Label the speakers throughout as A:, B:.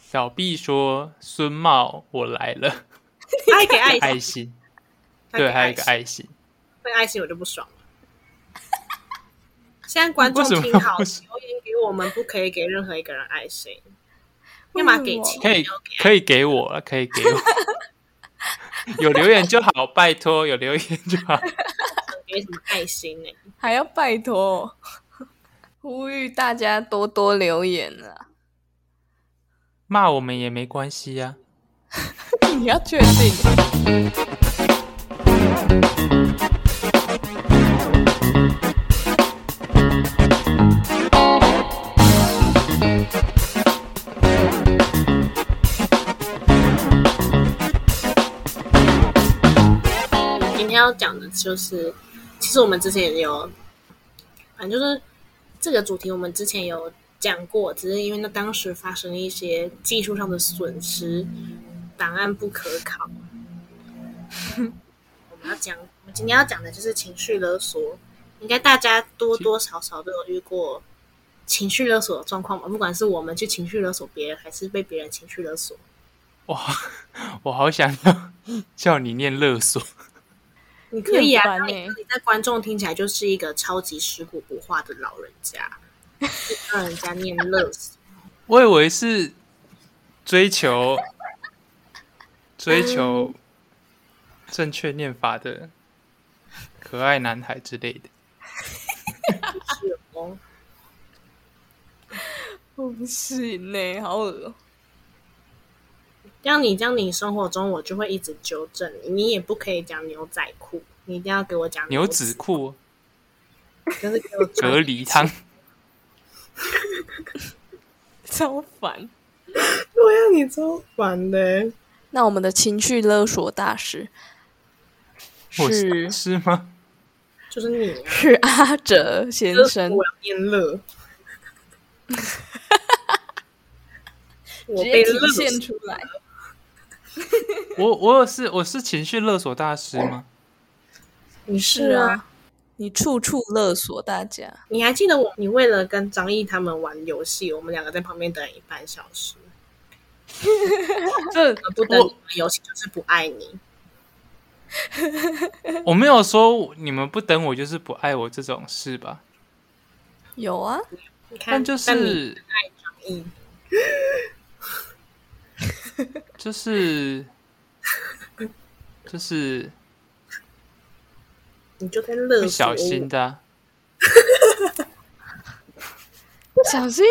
A: 小 B 说：“孙茂，我来了。
B: 他还给 爱”
A: 爱心，
B: 他
A: 对，
B: 给
A: 还有一个
B: 心
A: 爱心。
B: 对爱心我就不爽了。现在观众
A: 为什么
B: 听好，
A: 不行
B: 留言给我们，不可以给任何一个人爱心，要么给钱，
A: 可以
B: 要么给爱
A: 可以给我了，可以给我。有留言就好，拜托，有留言就好。
B: 给什么爱心呢、
C: 还要拜托， 呼吁大家多多留言啊！
A: 骂我们也没关系呀、
C: 你要确定，
B: 我们今天要讲的就是，其实我们之前也有，反正就是这个主题我们之前有讲过，只是因为那当时发生了一些技术上的损失，档案不可考。我们要讲，我们今天要讲的就是情绪勒索，应该大家多多少少都有遇过情绪勒索的状况吧？不管是我们去情绪勒索别人，还是被别人情绪勒索，
A: 我好想要 叫你念勒索。
B: 你可以啊，那
C: 你很烦
B: 你
C: 欸
B: 那你在观众听起来就是一个超级食古不化的老人 家，让人家念乐死。
A: 我以为是追求追求正确念法的可爱男孩之类的。
B: 是哦，
C: 我不行呢、好恶哦、
B: 像你这样，你生活中我就会一直纠正你，你也不可以讲牛仔裤，你一定要给我讲
A: 牛
B: 子
A: 仔，裤、
B: 就是给我 讲
A: 隔离汤，
C: 超烦。
B: 我
C: 啊
B: 要你超烦的。
C: 那我们的情绪勒索大师
A: 我
C: 是
A: 是吗？
B: 就是你啊，
C: 是阿哲先生
B: 我，要念 乐。我
C: 直
B: 被
C: 接体
B: 乐
C: 现出来。
A: 我我有是我是情绪勒索大师吗？
B: 你
C: 是啊，你处处勒索大家，
B: 你还记得我？你为了跟张毅他们玩游戏，我们两个在旁边等了一半小时。
A: 这
B: 不等你们游戏就是不爱你。
A: 我没有说你们不等我就是不爱我这种事吧？
C: 有啊，
B: 你看，
A: 但就
B: 但你
A: 是
B: 嗯
A: 就是就是
B: 你就在乐
A: 不小心
B: 的，
A: 的啊、
C: 小心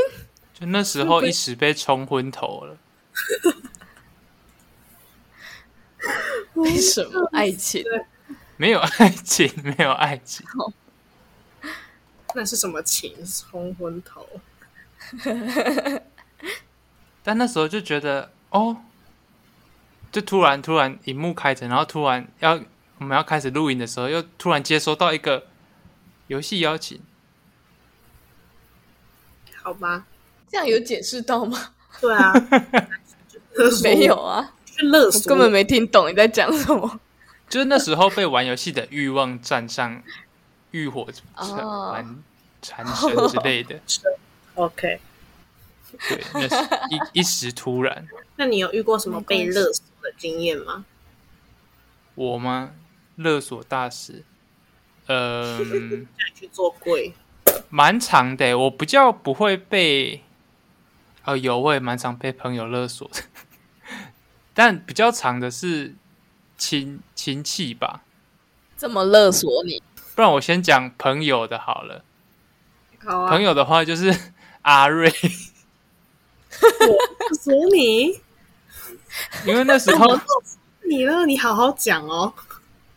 A: 就那时候一时被冲昏头了。
C: 为什么爱情？
A: 没有爱情， 没有爱情，
B: 那是什么情？冲昏头，
A: 但那时候就觉得哦，就突然突然荧幕开着，然后突然要我们要开始录影的时候，又突然接收到一个游戏邀请，
B: 好吧？
C: 这样有解释到吗？
B: 对 啊，勒索
C: 没有，啊，
B: 去勒
C: 我
B: 索，
C: 根本没听懂你在讲什么。
A: 就是那时候被玩游戏的欲望占上欲火
C: 哦
A: 缠缠身之类的，
B: OK。
A: 对，那是一一时突然，
B: 那你有遇过什么被
C: 没关系
B: 勒索的经验吗？
A: 我吗？勒索大使，嗯、
B: 去做跪，
A: 蛮长的欸，我比较不会被，哦，有我也蛮常被朋友勒索的，但比较长的是亲亲戚吧。
C: 这么勒索你，
A: 不然我先讲朋友的好了，
B: 好啊
A: 朋，友的话就是阿瑞，
B: 勒索你，
A: 因为那时
B: 我
A: 候
B: 勒索你了，你好好讲哦。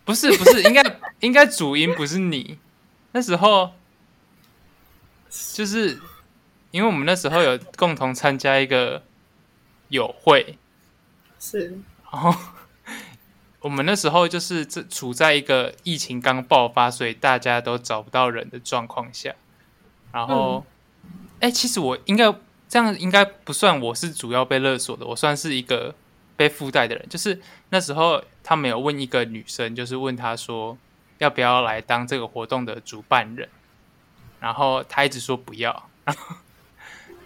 A: 不是不是，应该 应该主音不是你，那时候就是因为我们那时候有共同参加一个友会，
B: 是，
A: 然后 我们那时候就是这处在一个疫情刚爆发，所以大家都找不到人的状况下。然后，哎、其实我应该这样，应该不算我是主要被勒索的，我算是一个被附带的人。就是那时候他们有问一个女生，就是问她说要不要来当这个活动的主办人，然后她一直说不要，然后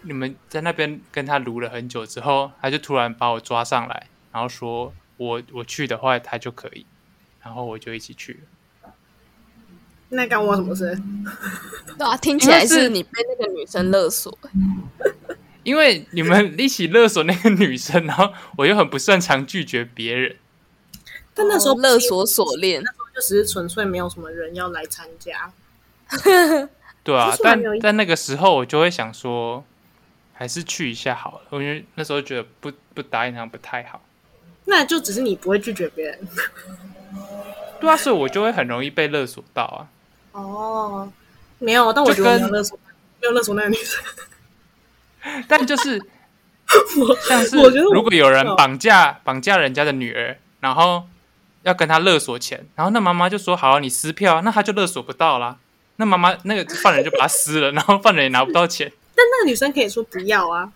A: 你们在那边跟他撸了很久之后，他就突然把我抓上来，然后说我我去的话他就可以，然后我就一起去了。
B: 那干我什么事？
C: 嗯对啊，听起来
A: 因为
C: 是
A: 是
C: 你被那个女生勒索。
A: 因为你们一起勒索那个女生，然后我又很不擅长拒绝别人，
B: 但那时候
C: 勒索锁链，
B: 就只是纯粹没有什么人要来参加。
A: 对啊
B: 其，实蛮
A: 但
B: 有意思
A: 但那个时候我就会想说，还是去一下好了，因为那时候觉得不不答应他们不太好。
B: 那就只是你不会拒绝别人
A: 对啊，所以我就会很容易被勒索到啊。
B: 哦，没有，但我觉得我没有
A: 就跟
B: 勒索，没有勒索那个女生。
A: 但就是像是
B: 我觉得我
A: 如果有人
B: 不知道
A: 绑架绑架人家的女儿，然后要跟他勒索钱，然后那妈妈就说：“好、你撕票啊、那他就勒索不到啦。那妈妈那个犯人就把他撕了，然后犯人也拿不到钱，
B: 但那个女生可以说不要啊，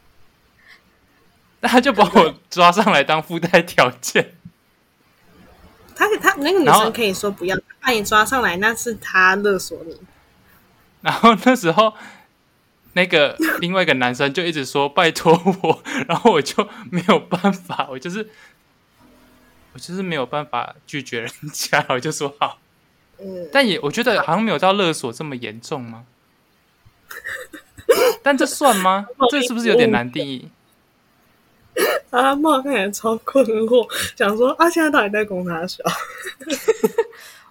A: 那他就把我抓上来当附带条件。
B: 她她那个女
A: 然后
B: 生可以说不要，把你抓上来那是她勒索你。
A: 然后那时候那个另外一个男生就一直说拜托我，然后我就没有办法，我就是我就是没有办法拒绝人家，我就说好。
B: 嗯，
A: 但也我觉得好像没有到勒索这么严重吗？但这算吗？这是不是有点难定义？
B: 啊，莫看起来超困惑，想说啊，现在到底在攻他小？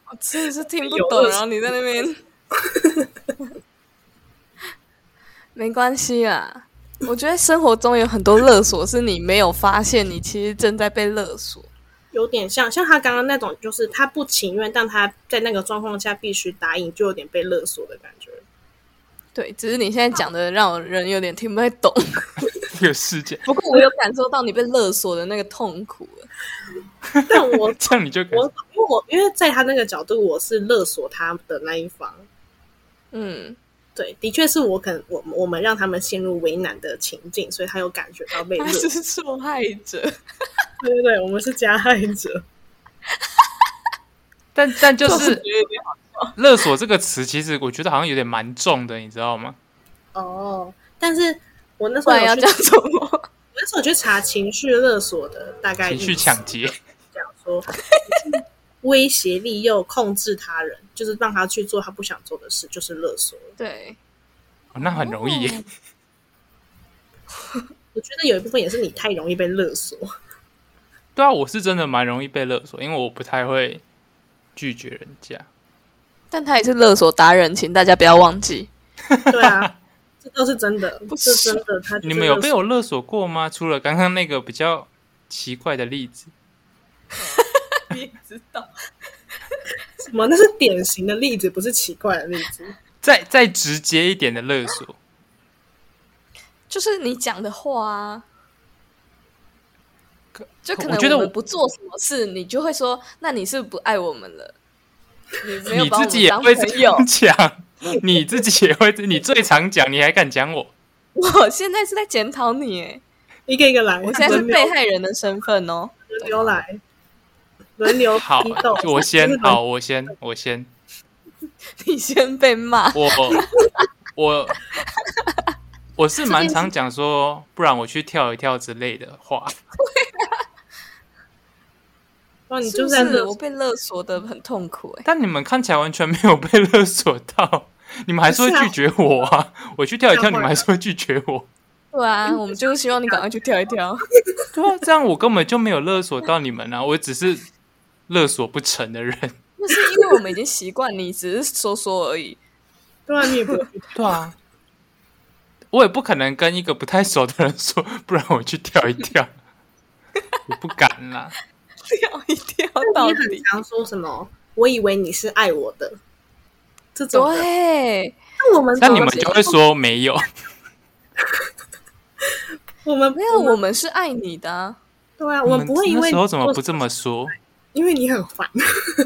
C: 我 真的是听不
B: 有
C: 懂，
B: 勒索
C: 然后你在那边， 没关系啊。我觉得生活中有很多勒索是你没有发现，你其实正在被勒索。
B: 有点像，像他刚刚那种，就是他不情愿，但他在那个状况下必须答应，就有点被勒索的感 觉。
C: 对，只是你现在讲的让我人有点听不太懂。
A: 这个事件，
C: 不过我有感受到你被勒索的那个痛苦了。
B: 但我
A: 这样你就感
B: 我因为我因为在他那个角度，我是勒索他的那一方，
C: 嗯，
B: 对，的确是我可能我我们让他们陷入为难的情境，所以他有感觉到被勒
C: 他
B: 索
C: 是。受害者。
B: 对对对，我们是加害者。
A: 但但就
C: 我觉
A: 是
C: 得有点好
A: 勒索这个词，其实我觉得好像有点蛮重的，你知道吗？
B: 哦，但是我那时
C: 不
B: 候
C: 然
B: 有
C: 要
B: 去
C: 叫，什么？
B: 我那时候有去查情绪勒索的大概
A: 情
B: 意
A: 绪
B: 思
A: 抢劫，
B: 讲说威胁、利诱、控制他人，就是让他去做他不想做的事，就是勒索。
C: 对，
A: 哦那很容易耶。
B: 我觉得有一部分也是你太容易被勒索，
A: 对啊，我是真的蛮容易被勒索，因为我不太会拒绝人家。
C: 但他也是勒索达人，请大家不要忘记。
B: 对啊，这都是真的，
C: 不
B: 这
C: 是
B: 真的。他就是
A: 你们有
B: 勒
A: 被
B: 索
A: 我勒索过吗？除了刚刚那个比较奇怪的例子，
C: 你也知道，
B: 什么？那是典型的例子，不是奇怪的例子。
A: 再再直接一点的勒索，
C: 就是你讲的话啊
A: 可。
C: 就可
A: 我
C: 能
A: 觉得
C: 我们
A: 我
C: 不做什么事，你就会说，那你是不是不爱我们了？你没有
A: 你
C: 把我
A: 自
C: 们
A: 己也
C: 当
A: 会这
C: 朋友
A: 样。讲，你自己也会，你最常讲，你还敢讲我？
C: 我现在是在检讨你，哎，
B: 一个一个来，
C: 我现在是
B: 轮流
C: 被害人的身份哦。
B: 轮流来，轮流
A: 好
B: 批斗。，
A: 我
B: 就是
A: 先，
B: 轮
A: 好，我先，我先，
C: 你先被骂，
A: 我 我我是蛮常讲说，不然我去跳一跳之类的话。
B: 哦，你
C: 是
B: 就
C: 不
B: 在
C: 是
B: 勒
C: 我
B: 索，
C: 被勒索的很痛苦哎、
A: 但你们看起来完全没有被勒索到，你们还是会
B: 不是啊
A: 拒绝我啊！我去跳一跳，
B: 吓坏
A: 你们还是会拒绝 我。
C: 对啊，我们就是希望你赶快去跳一跳。
A: 对啊，这样我根本就没有勒索到你们啊，我只是勒索不成的人。
C: 那是因为我们已经习惯你只是说说而已。
B: 对啊，你也不会
A: 对啊，我也不可能跟一个不太熟的人说，不然我去跳一 跳，我不敢啦。
C: 跳一 跳 到
B: 你
C: 底
B: 很。常说什么？我以为你是爱我的，这种
C: 啊
B: 的。
C: 对，
B: 那我们
A: 那你们就会说没有，
B: 我们
C: 没有，
A: 嗯
C: 我们是爱你的啊、
B: 对啊，我们不会因
A: 那
B: 为
A: 时候怎么不
B: 做
A: 这么说？
B: 因为你很烦，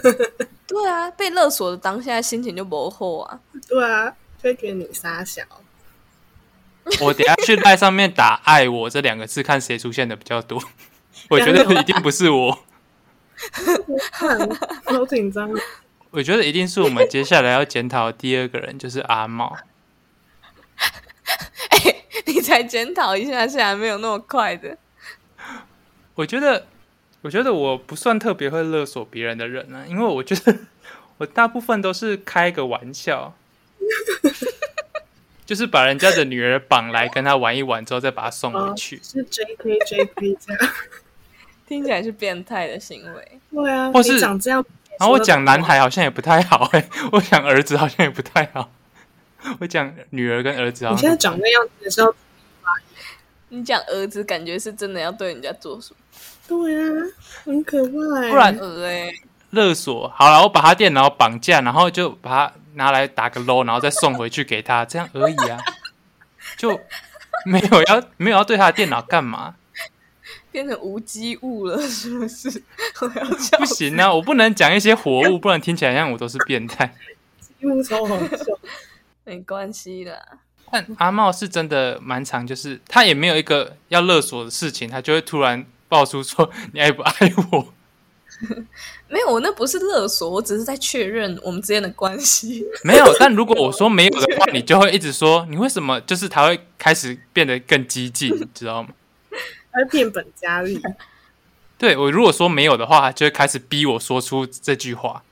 C: 对啊，被勒索的当下心情就不好啊。
B: 对啊，就会觉得你傻小。
A: 我等一下去赖上面打“爱我”这两个字，看谁出现的比较 多。我觉得一定不是我，
B: 好紧张，
A: 我觉得一定是我们接下来要检讨的第二个人，就是阿茂。
C: 你才检讨一下下，没有那么快的。
A: 我觉得，我觉得我不算特别会勒索别人的人啊呢、因为我觉得 我大部分都是开个玩笑， 就是把人家的女儿绑来跟他玩一玩之后，再把她送回 去，
B: 啊是 J K J K 这样。
C: 听起来是变态的行为。
B: 对啊，
A: 或是
B: 你长这样，
A: 然后我讲男孩好像也不太好哎、 我讲儿子好像也不太好， 我讲女儿跟儿子好
B: 你现
A: 像
B: 在长那样子的时候，
C: 你讲儿子，感觉是真的要对人家做什么？
B: 对啊，很可怕、欸。
A: 不然
C: 呃、欸，
A: 勒索好了，我把他电脑绑架，然后就把他拿来打个 low，然后再送回去给他，这样而已啊，就没有要没有要对他的电脑干嘛。
C: 变成无机物了，是不是？ 我要笑
A: 不行啊，我不能讲一些活物，不然听起来像我都是变态。
B: 因为超好笑，
C: 没关系啦。
A: 但阿茂是真的蛮常，就是他也没有一个要勒索的事情，他就会突然爆出说你爱不爱我。
C: 没有，我那不是勒索，我只是在确认我们之间的关系。
A: 没有，但如果我说没有的话，你就会一直说你为什么？就是他会开始变得更激进，你知道吗？
B: 还变本加厉。
A: 对我如果说没有的话，他就会开始逼我说出这句话。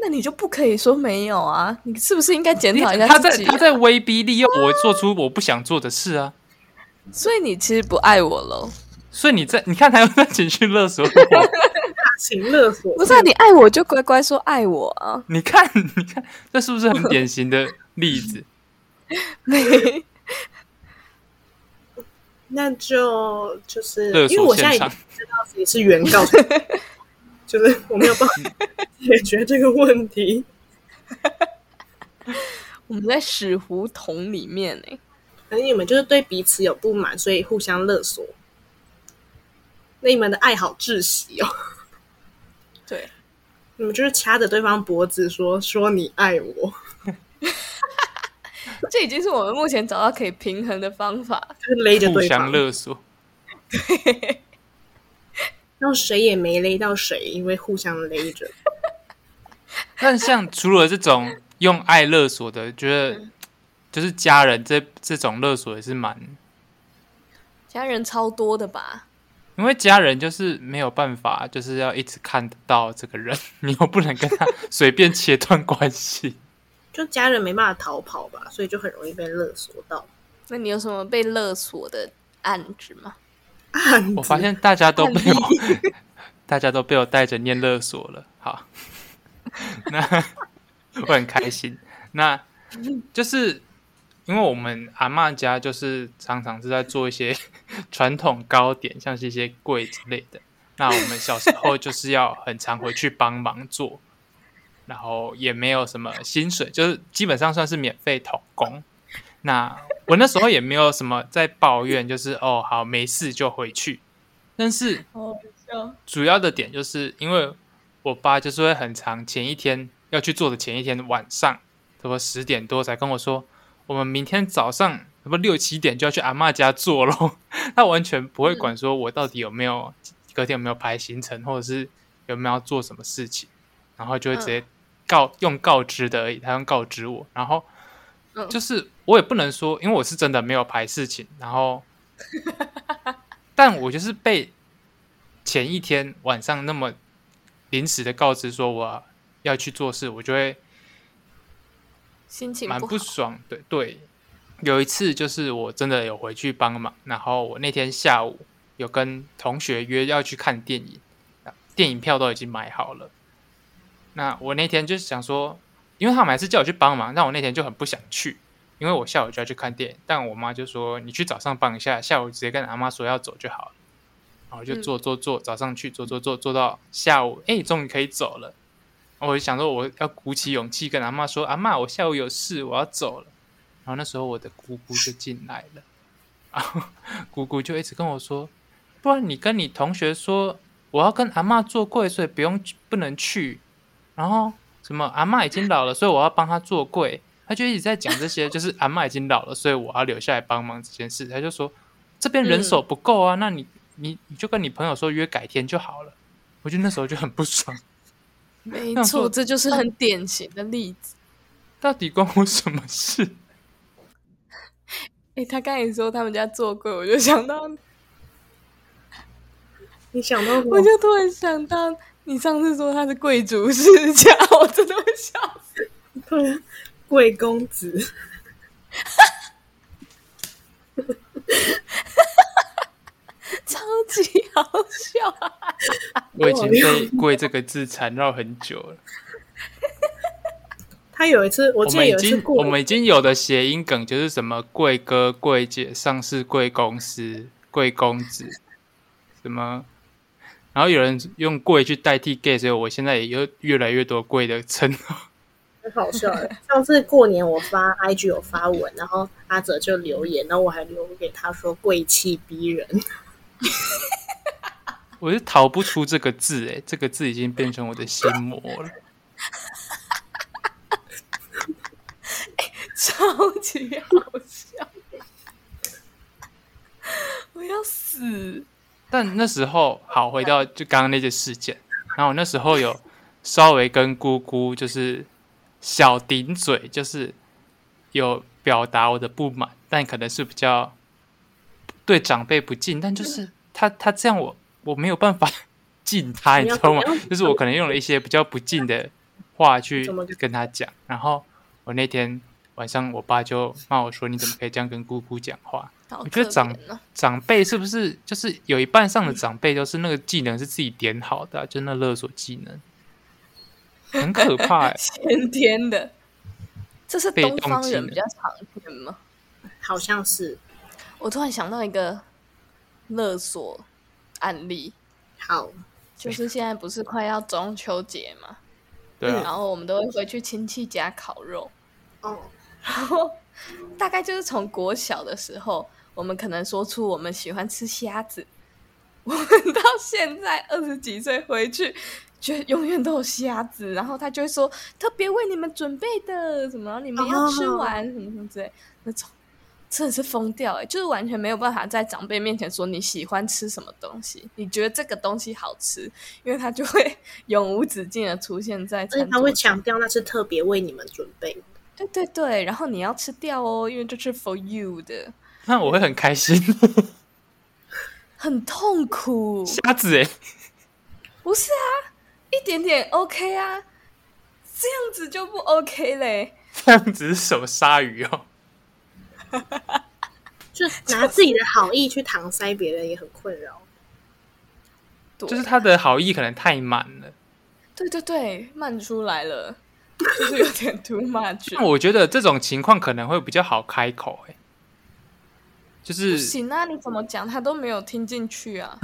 C: 那你就不可以说没有啊？你是不是应该检讨一下
A: 他
C: 自
A: 在
C: 己？
A: 他在威逼利诱我做出我不想做的事啊！
C: 所以你其实不爱我喽？
A: 所以你在你看他又在情绪勒索我，
B: 大型勒索，嗯
C: 不是、啊、你爱我就乖乖说爱我啊！
A: 你看你看这是不是很典型的例 子？
C: 没，
B: 那就就是
A: 勒索
B: 因为我现在
A: 现
B: 已经
A: 场
B: 知道自己是原告， 就是我没有办法解决这个问题。
C: 我们在死胡同里面欸呢、
B: 可能你们就是对彼此有不满，所以互相勒索。那你们的爱好窒息哦，
C: 对，
B: 你们就是掐着对方脖子说说你爱我，
C: 这已经是我们目前找到可以平衡的方法。
B: 就是勒着
A: 互
B: 对
A: 相
B: 方，
A: 勒索。
B: 然后谁也没勒到谁，因为互相勒着。
A: 但像除了这种用爱勒索的，觉得就是家人这这种勒索也是蛮，
C: 家人超多的吧？
A: 因为家人就是没有办法，就是要一直看得到这个人， 你又不能跟他随便切断关系。
B: 就家人没办法逃跑吧，所以就很容易被勒索到。
C: 那你有什么被勒索的案子吗？
B: 案
A: 我
B: 子
A: 发现大家都被我， 大家都被我带着念勒索了。好， 那我很开心。那就是因为我们阿嬷家就是常常是在做一些 传统糕点，像是一些桂之类的。那我们小时候就是要很常回去帮忙做，然后也没有什么薪水，就是基本上算是免费童工。那我那时候也没有什么在抱怨，就是哦好没事就回去。但是
C: 好笑，
A: 主要的点就是因为我爸就是会很长前一天要去做的前一天晚上，差不多十点多才跟我说，我们明天早上差不多六七点就要去阿嬷家做咯。 他完全不会管说我到底有没有隔天有没有排行程，或者是有没有要做什么事情，然后就会直接告、用告知的而已，他用告知我，然后
C: 嗯
A: 就是我也不能说，因为我是真的没有排事情，然后，但我就是被前一天晚上那么临时的告知说我要去做事，我就会
C: 心情
A: 蛮
C: 不好。
A: 不爽的。对，有一次就是我真的有回去帮忙，然后我那天下午有跟同学约要去看电影，啊电影票都已经买好了。那我那天就是想说，因为他们还是叫我去帮忙，但我那天就很不想去，因为我下午就要去看电影，但我妈就说你去早上帮一下，下午直接跟阿妈说要走就好了。然后我就
C: 嗯
A: 做做做，早上去做做做做到下午，哎，终于可以走了。我就想说，我要鼓起勇气跟阿妈说：“阿妈，我下午有事，我要走了。”然后那时候我的姑姑就进来了，然后姑姑就一直跟我说：“不然你跟你同学说，我要跟阿妈做柜，所以不用不能去。然后什么阿妈已经老了，所以我要帮她做柜。”她就一直在讲这些，就是阿妈已经老了，所以我要留下来帮忙这件事。她就说：“这边人手不够啊，那你你你就跟你朋友说约改天就好了。”我就那时候就很不爽。
C: 没
A: 那
C: 错，
A: 我
C: 这就是很典型的例子。
A: 到底关我什么事？
C: 诶，他刚才说他们家做柜，我就想到，
B: 你想到
C: 我
B: 我，
C: 就突然想到你上次说他是贵族世家，我真的会笑死。
B: 对， 贵公子，
C: 超级好笑、啊。
A: 我已经被“贵”这个字缠绕很久了。
B: 他有一 次，我
A: 我
B: 记得
A: 们已
B: 有一次
A: 经我
B: 过
A: 们已经有的谐音梗就是什么贵哥、贵姐、上市贵公司、贵公子，什么。然后有人用“贵”去代替 “gay”，所以我现在也有越来越多“贵”的称号。
B: 很好笑 的。上次过年我发 IG 有发文，然后阿哲就留言，然后我还留给他说贵气逼人。
A: 我是逃不出这个字，哎，这个字已经变成我的心魔了。
C: 超级好笑， 我要死！
A: 但那时候好，回到就刚刚那件事件，然后我那时候有稍微跟姑姑就是小顶嘴，就是有表达我的不满，但可能是比较对长辈不敬，但
B: 嗯
A: 就是他他这样我我没有办法 敬他，你知道吗
B: 你要怎么？样
A: 就是我可能用了一些比较不敬的话去
B: 怎么
A: 跟他讲，然后我那天晚上我爸就骂我说：“你怎么可以这样跟姑姑讲话？”
C: 好
A: 我觉得
C: 可
A: 长
C: 怜哦
A: 长辈是不是就是有一半上的长辈都是那个技能是自己点好的啊、就那勒索技能，很可 怕、欸。
C: 先天的，这是
A: 被
C: 东
A: 动
C: 方
A: 技
C: 人
A: 能
C: 比较常见吗？
B: 好像是
C: 我突然想到一个勒索案例，
B: 好，
C: 就是现在不是快要中秋节嘛，
A: 对啊，
C: 然后我们都会回去亲戚家烤肉，
B: 哦，
C: 然后大概就是从国小的时候，我们可能说出我们喜欢吃虾子， 我们到现在二十几岁回去，觉得永远都有虾子，然后他就会说特别为你们准备的什么，你们要吃完什么什么之类那种，真的是疯掉哎、欸，就是完全没有办法在长辈面前说你喜欢吃什么东西，你觉得这个东西好吃，因为他就会 永无止境的出现在
B: 而且
C: 餐
B: 他
C: 桌
B: 会
C: 上。
B: 强调那是特别为你们准备的。
C: 对对对，然后你要吃掉哦，因为这是 for you 的，
A: 那我会很开心。
C: 很痛苦。
A: 瞎子哎、
C: 不是啊，一点点 OK 啊，这样子就不 OK 嘞。
A: 这样子是什么鲨鱼 哦？
B: 就拿自己的好意去搪塞别人也很困扰。
C: 对
A: 就是他的好意可能太满了。
C: 对对对，慢出来了，就是有点 too much。
A: 那我觉得这种情况可能会比较好开口哎、就
C: 不
A: 是
C: 行啊，你怎么讲他都没有听进去啊，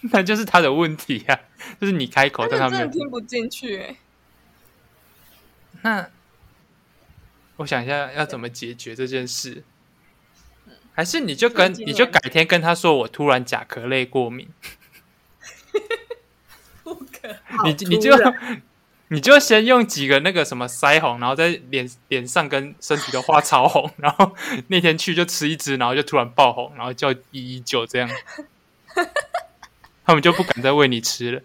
A: 那就是他的问题啊，就是你开口，
C: 他
A: 但他
C: 们真
A: 没
C: 的
A: 有
C: 听不进去、欸。
A: 那我想一下要怎么解决这件事，还是你就跟
C: 最近
A: 你就
C: 来
A: 改天跟他说，我突然甲壳类过敏，
C: 不可，
B: 好
A: 你
B: 哦突
A: 你就
B: 然
A: 你就先用几个那个什么腮红，然后在脸脸上跟身体都画超红，然后那天去就吃一支，然后就突然爆红，然后叫一一九这样，他们就不敢再喂你吃了。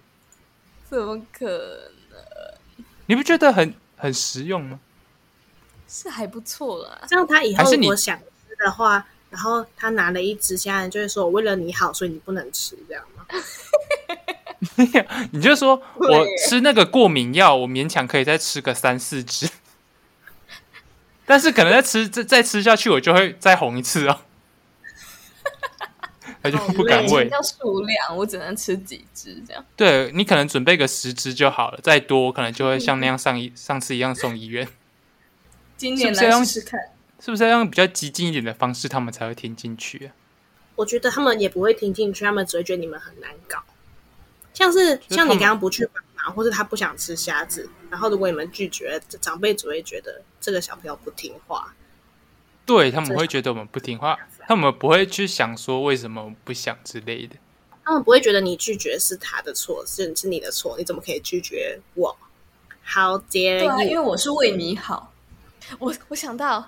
C: 怎么可能？
A: 你不觉得很很实用吗？
C: 是还不错啦，
B: 这样，他以
A: 还
B: 后
A: 是
B: 如
A: 你
B: 果想吃的话，然后他拿了一只虾仁，就会说我为了你好，所以你不能吃这样吗？
A: 你就说
C: 对
A: 我吃那个过敏药，我勉强可以再吃个三四支， 但是可能再吃再再吃下去，我就会再红一次 哦。他就不敢
B: 好
A: 喂
B: 累，
C: 要数量，我只能吃几只这样。
A: 对你可能准备个十支就好了，再多我可能就会像那样上一
C: 嗯
A: 上次一样送医院，
C: 今
A: 是
C: 年
A: 不是要
C: 来
A: 用
C: 试试看。
A: 是不是要用比较激进一点的方式，他们才会听进去、啊？
B: 我觉得他们也不会听进去，他们只会觉得你们很难搞。像是
A: 是
B: 像
A: 他
B: 你
A: 们
B: 刚刚不去帮忙，或者他不想吃虾子，然后如果你们拒绝，长辈只会觉得这个小朋友不听话。
A: 对他们会觉得我们不听 话，
C: 啊
A: 他们不会去想说为什么我们不想之类的。
B: 他们不会觉得你拒绝是他的错，是是你的错，你怎么可以拒绝我？How
C: 对
B: dare
C: 啊，因
B: you？
C: 为我是为你好。 我我想到，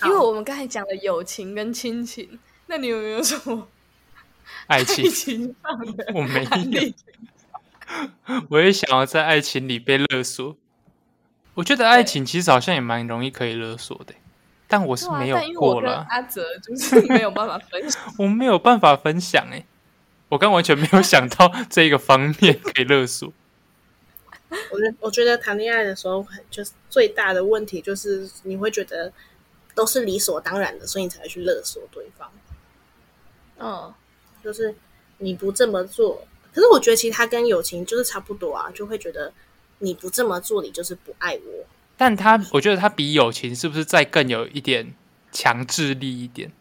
B: 好
C: 因为我们刚才讲了友情跟亲情，那你有没有什么
A: 爱情
C: 爱，情上的
A: 我没
C: 案
A: 有。
C: 例？
A: 我也想要在爱情里被勒索。我觉得爱情其实好像也蛮容易可以勒索的欸，但我 是
C: 对啊，
A: 没有
C: 但因为我
A: 过
C: 跟
A: 啦，
C: 阿哲就是没有办法 分享，
A: 我没有办法分享哎、我刚完全没有想 到这个方面可以勒索。
B: 我觉我觉得谈恋爱的时候很，就是最大的问题就是你会觉得都是理所当然的，所以你才会去勒索对方。
C: 嗯，
B: 就是你不这么做，可是我觉得其实它跟友情就是差不多啊，就会觉得你不这么做，你就是不爱我。
A: 但他，我觉得他比友情是不是再更有一点强制力一点？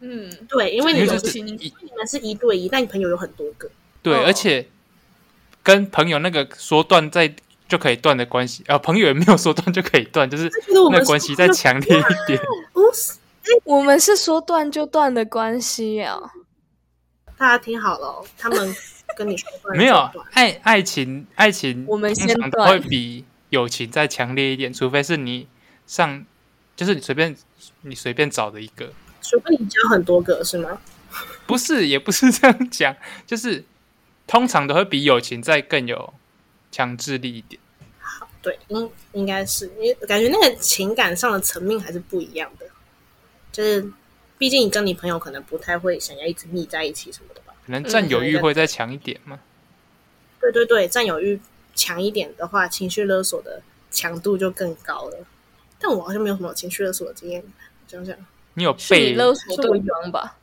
C: 嗯，
B: 对，因为
A: 因
B: 你
A: 为
B: 们
A: 就是是
C: 友情
A: 一
B: 你们是一对一，但你朋友有很多个，
A: 对，
C: 哦
A: 而且跟朋友那个说断再就可以断的关系，呃，朋友也没有说断就可以断，就是
B: 他觉得我
A: 那
B: 们哦
A: 个关系再
B: 强，
A: 强烈一点。
B: 不是
C: 我们是说断就断的关系啊，
B: 大家听好了哦，他们跟你说断 就
A: 没有
B: 断
A: 爱爱情，爱情
C: 我们
A: 通
C: 先
A: 常都
C: 断
A: 会比友情再强烈一点，除非是你上，就是你随便你随便找的一个，
B: 除非你交很多个是吗？
A: 不是也不是这样讲，就是通常都会比友情再更有强制力一点。
B: 对，应应该是，因为感觉那个情感上的层面还是不一样的，就是毕竟你跟你朋友可能不太会想要一直腻在一起什么的吧。
A: 可能
C: 嗯
A: 占有欲会再强一点嘛？
B: 对对对，占有欲强一点的话，情绪勒索的强度就更高了。但我好像没有什么情绪勒索的经验，想想
A: 你有
C: 是你
A: 被
C: 勒索对方吧？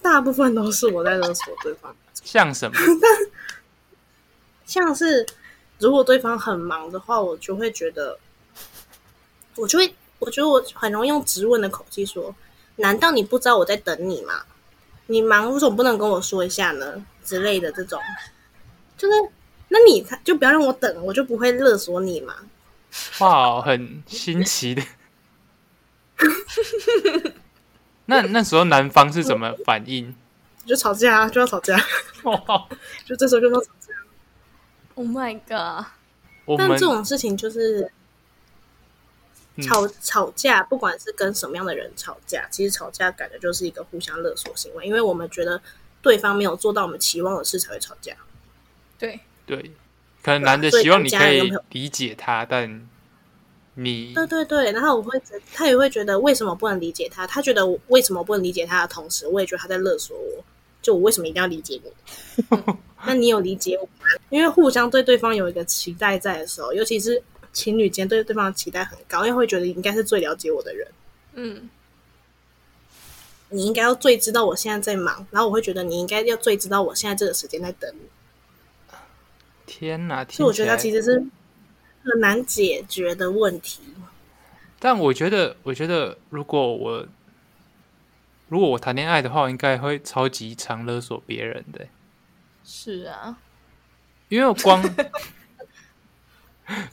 B: 大部分都是我在勒索对方，
A: 像什么？
B: 像是如果对方很忙的话，我就会觉得，我就会，我觉得我很容易用质问的口气说：“难道你不知道我在等你吗？你忙为什么不能跟我说一下呢？”之类的这种，就是那你他就不要让我等，我就不会勒索你嘛。
A: 哇哦，很新奇的。 那那时候男方是怎么反应？
B: 就吵架啊，就要吵架，
A: 哇，
B: 就这时候就要吵架。
C: Oh my god！
A: 我
B: 但
A: 们
B: 这种事情就是
A: 嗯
B: 吵、吵架，不管是跟什么样的人吵架，其实吵架感觉就是一个互相勒索行为，因为我们觉得对方没有做到我们期望的事才会吵架。
C: 对，
A: 对，可能
B: 啊
A: 男的希望你可以理解他，但你
B: 对对对，然后我会觉他也会觉得为什么不能理解他？他觉得我为什么不能理解他的同时，我也觉得他在勒索我，就我为什么一定要理解你？ 那你有理解我吗？因为互相对对方有一个期待在的时候，尤其是情侣间对对方的期待很高，因为会觉得你应该是最了解我的人，
C: 嗯，
B: 你应该要最知道我现在在忙，然后我会觉得你应该要最知道我现在这个时间在等你。
A: 天哪，
B: 所以我
A: 听起
B: 觉得它
A: 来，
B: 其实是很难解决的问题。
A: 但我觉得，我觉得如果我如果我谈恋爱的话，我应该会超级常勒索别人的，
C: 是啊，
A: 因为我光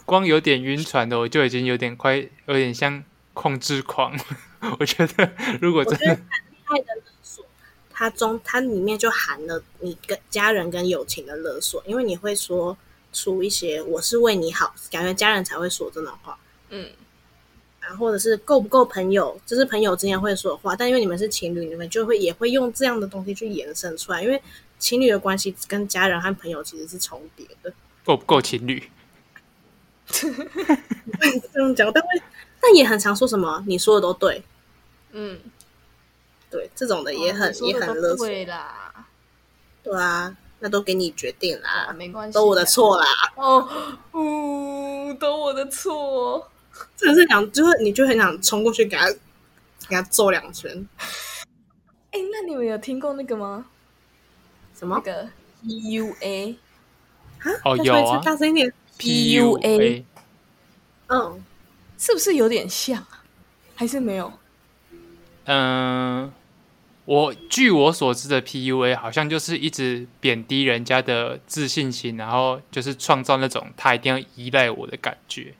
A: 光有点晕船的，我就已经有点快，有点像控制狂。 我觉得如果
B: 我
A: 真
B: 觉得
A: 的
B: 谈恋爱的勒索，它中它里面就含了你跟家人跟友情的勒索，因为你会说出一些“我是为你好”，感觉家人才会说这种话。
C: 嗯，
B: 啊，或者是够不够朋友，这是朋友之间会说的话，但因为你们是情侣，你们就会也会用这样的东西去延伸出来，因为情侣的关系跟家人和朋友其实是重叠的。
A: 够不够情侣？
B: 这样讲，但会但也很常说什么你说的都对，
C: 嗯，
B: 对这种的也很、
C: 哦你
B: 也
C: 说的
B: 很
C: 都
B: 勒索，
C: 对啦，
B: 对啊，那都给你决定
C: 啊，
B: 啦，
C: 没关系，
B: 都我的错啦，
C: 哦，呜，都我的错，
B: 真的是想就是你就很想冲过去给他给他揍两拳，
C: 哎，那你们有听过那个吗？
B: 什
C: 那
B: 么
C: 个 PUA，
A: 哦，
B: 哦
A: 有
B: 再说一次
A: 啊
B: 大声一点，
A: ，PUA，
B: 嗯，
C: 是不是有点像啊？还是没有？
A: 嗯、我据我所知的 PUA 好像就是一直贬低人家的自信心，然后就是创造那种他一定要依赖我的感觉，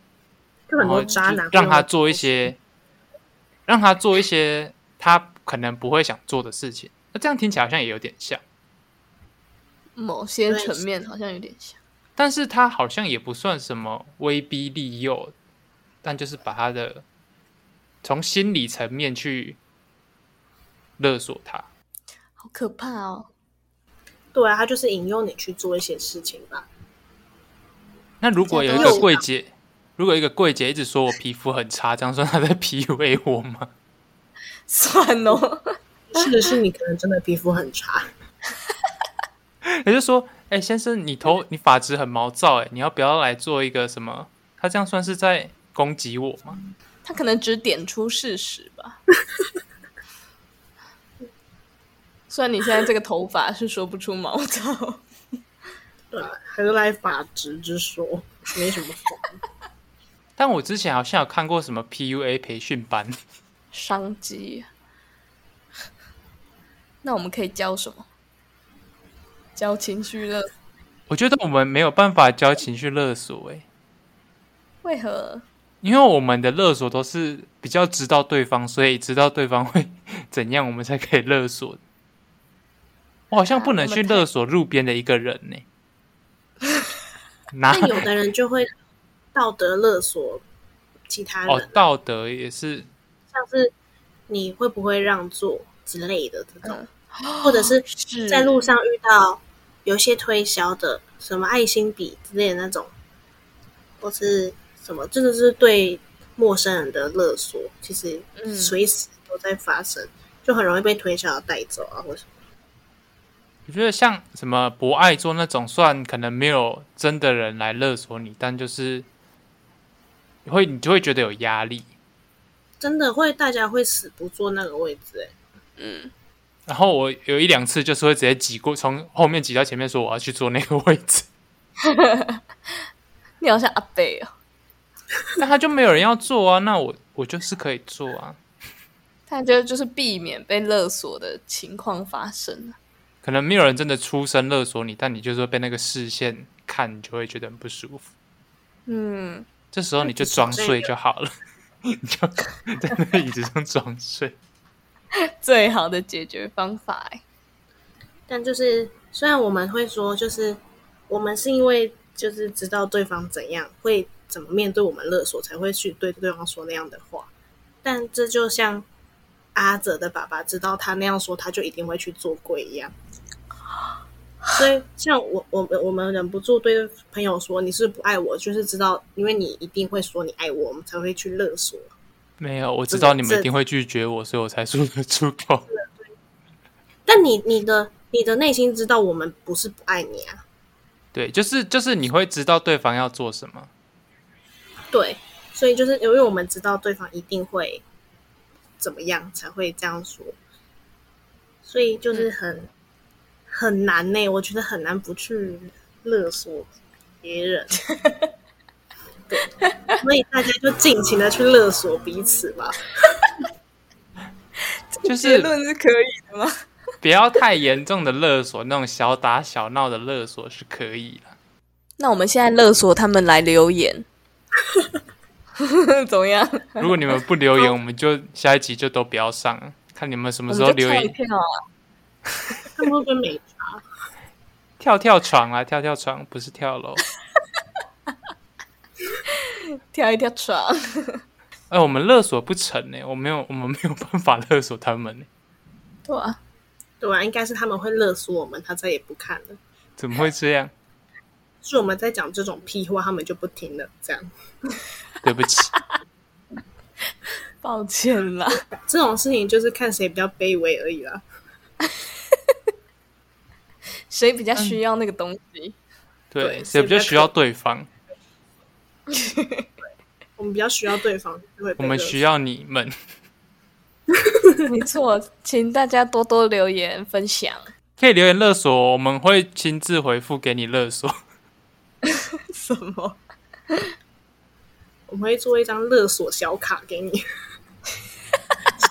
B: 就很
A: 然后
B: 多
A: 就
B: 渣男
A: 让他做一些，让他做一些他可能不会想做的事情。那这样听起来好像也有点像，
C: 某些
B: 对
C: 层面好像有点像。
A: 但是他好像也不算什么威逼利诱，但就是把他的从心理层面去勒索他。
C: 好可怕哦！
B: 对啊，他就是引诱你去做一些事情吧。
A: 那如果有一
B: 这
A: 个
B: 样都
A: 柜姐，如果一个柜姐一直说我皮肤很差，这样算她在 PUA 我吗？
C: 算哦，
B: 是 的是，你可能真的皮肤很差。
A: 也就说，哎、先生，你头你发质很毛躁、哎，你要不要来做一个什么？他这样算是在攻击我吗？
C: 他可能只点出事实吧。虽然你现在这个头发是说不出毛躁，
B: 对啊，还是来法治之说，没什么法。
A: 但我之前好像有看过什么 PUA 培训班，
C: 商机。那我们可以教什么？教情绪勒？
A: 我觉得我们没有办法教情绪勒索、哎，
C: 为何？
A: 因为我们的勒索都是比较知道对方，所以知道对方会 怎样，我们才可以勒索。我好像不能
C: 啊我
A: 去
C: 们太
A: 勒索路边的一个人 呢、拿
B: 但有的人就会道德勒索其他人
A: 哦，，道德也是
B: 像是你会不会让座之类的这种，或
C: 或
B: 者是
C: 嗯哦是
B: 在路上遇到有些推销的什么爱心笔之类的那种，或是什么，这就是对陌生人的勒索，其实
C: 嗯
B: 随时都在发生，就很容易被推销的带走啊，或什么。
A: 我觉得像什么博爱座那种，算可能没有真的人来勒索你，但就是会你就会觉得有压力。
B: 真的会，大家会死不坐那个位置、欸，
C: 嗯，
A: 然后我有一两次就是会直接挤过，从后面挤到前面，说我要去坐那个位置，
C: 你好像阿贝哦，
A: 那他就没有人要坐啊，那我我就是可以坐啊。
C: 他觉得就是避免被勒索的情况发生。啊
A: 可能没有人真的出声勒索你，但你就是会被那个视线看，你就会觉得很不舒服。
C: 嗯，
A: 这时候你就装睡就好了， 你就在那个椅子上装睡。
C: 最好的解决方法欸。
B: 但就是虽然我们会说，就是我们是因为就是知道对方怎样会怎么面对我们勒索，才会去对对方说那样的话，但这就像阿哲的爸爸知道他那样说，他就一定会去做鬼一样。所以，像我我们我们忍不住对朋友说你是不是不爱我，就是知道，因为你一定会说你爱我，我们才会去勒索。
A: 没有，我知道你们一定会拒绝我，所以我才说得出口。
B: 但你你的你的内心知道我们不是不爱你啊，
A: 对，就是就是你会知道对方要做什么，
B: 对，所以就是由于我们知道对方一定会怎么样才会这样说，所以就是很、很难呢、我觉得很难不去勒索别人。对，所以大家就尽情的去勒索彼此吧。
A: 就
C: 结
A: 是
C: 论是可以的吗？
A: 不要太严重的勒索，那种小打小闹的勒索是可以的。
C: 那我们现在勒索他们来留言， 怎么样？
A: 如果你们不留言，我们就下一集就都不要上了，看你们什么
C: 我
A: 时候
C: 们就
A: 留
C: 跳一
A: 言。
C: 跳啊！
B: 他们会不会没差？
A: 跳跳床啊，跳跳床，不是跳 楼。
C: 跳一跳床，
A: 哎、我们勒索不成呢、我没有，我们没有办法勒索他们、呢，
C: 对啊，
B: 对啊，应该是他们会勒索我们，他再也不看了。
A: 怎么会这样？
B: 是我们在讲这种屁话，他们就不听了。这样
A: 对不起，
C: 抱歉啦。
B: 这种事情就是看谁比较卑微而已啦。
C: 谁比较需要那个东 西？
A: 对，
B: 对
A: 谁比较
B: 谁比较
A: 需要对 方？
B: 我们比较需要对方，就会被
A: 我们
B: 勒索
A: 需要你们。
C: 没错，请大家多多留言分享。
A: 可以留言勒索，我们会亲自回复给你勒索。
C: 什么？
B: 我们会做一张勒索小卡给你，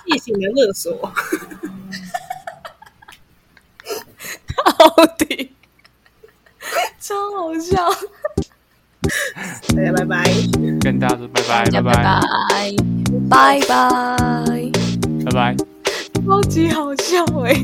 B: 谢谢你的勒索。
C: 到底？超好笑！
B: 大家拜拜。
A: 跟大家说拜拜，
C: 大家
A: 拜
C: 拜
A: 拜，
C: 拜，拜拜，
A: 拜拜。
C: 超级好笑哎、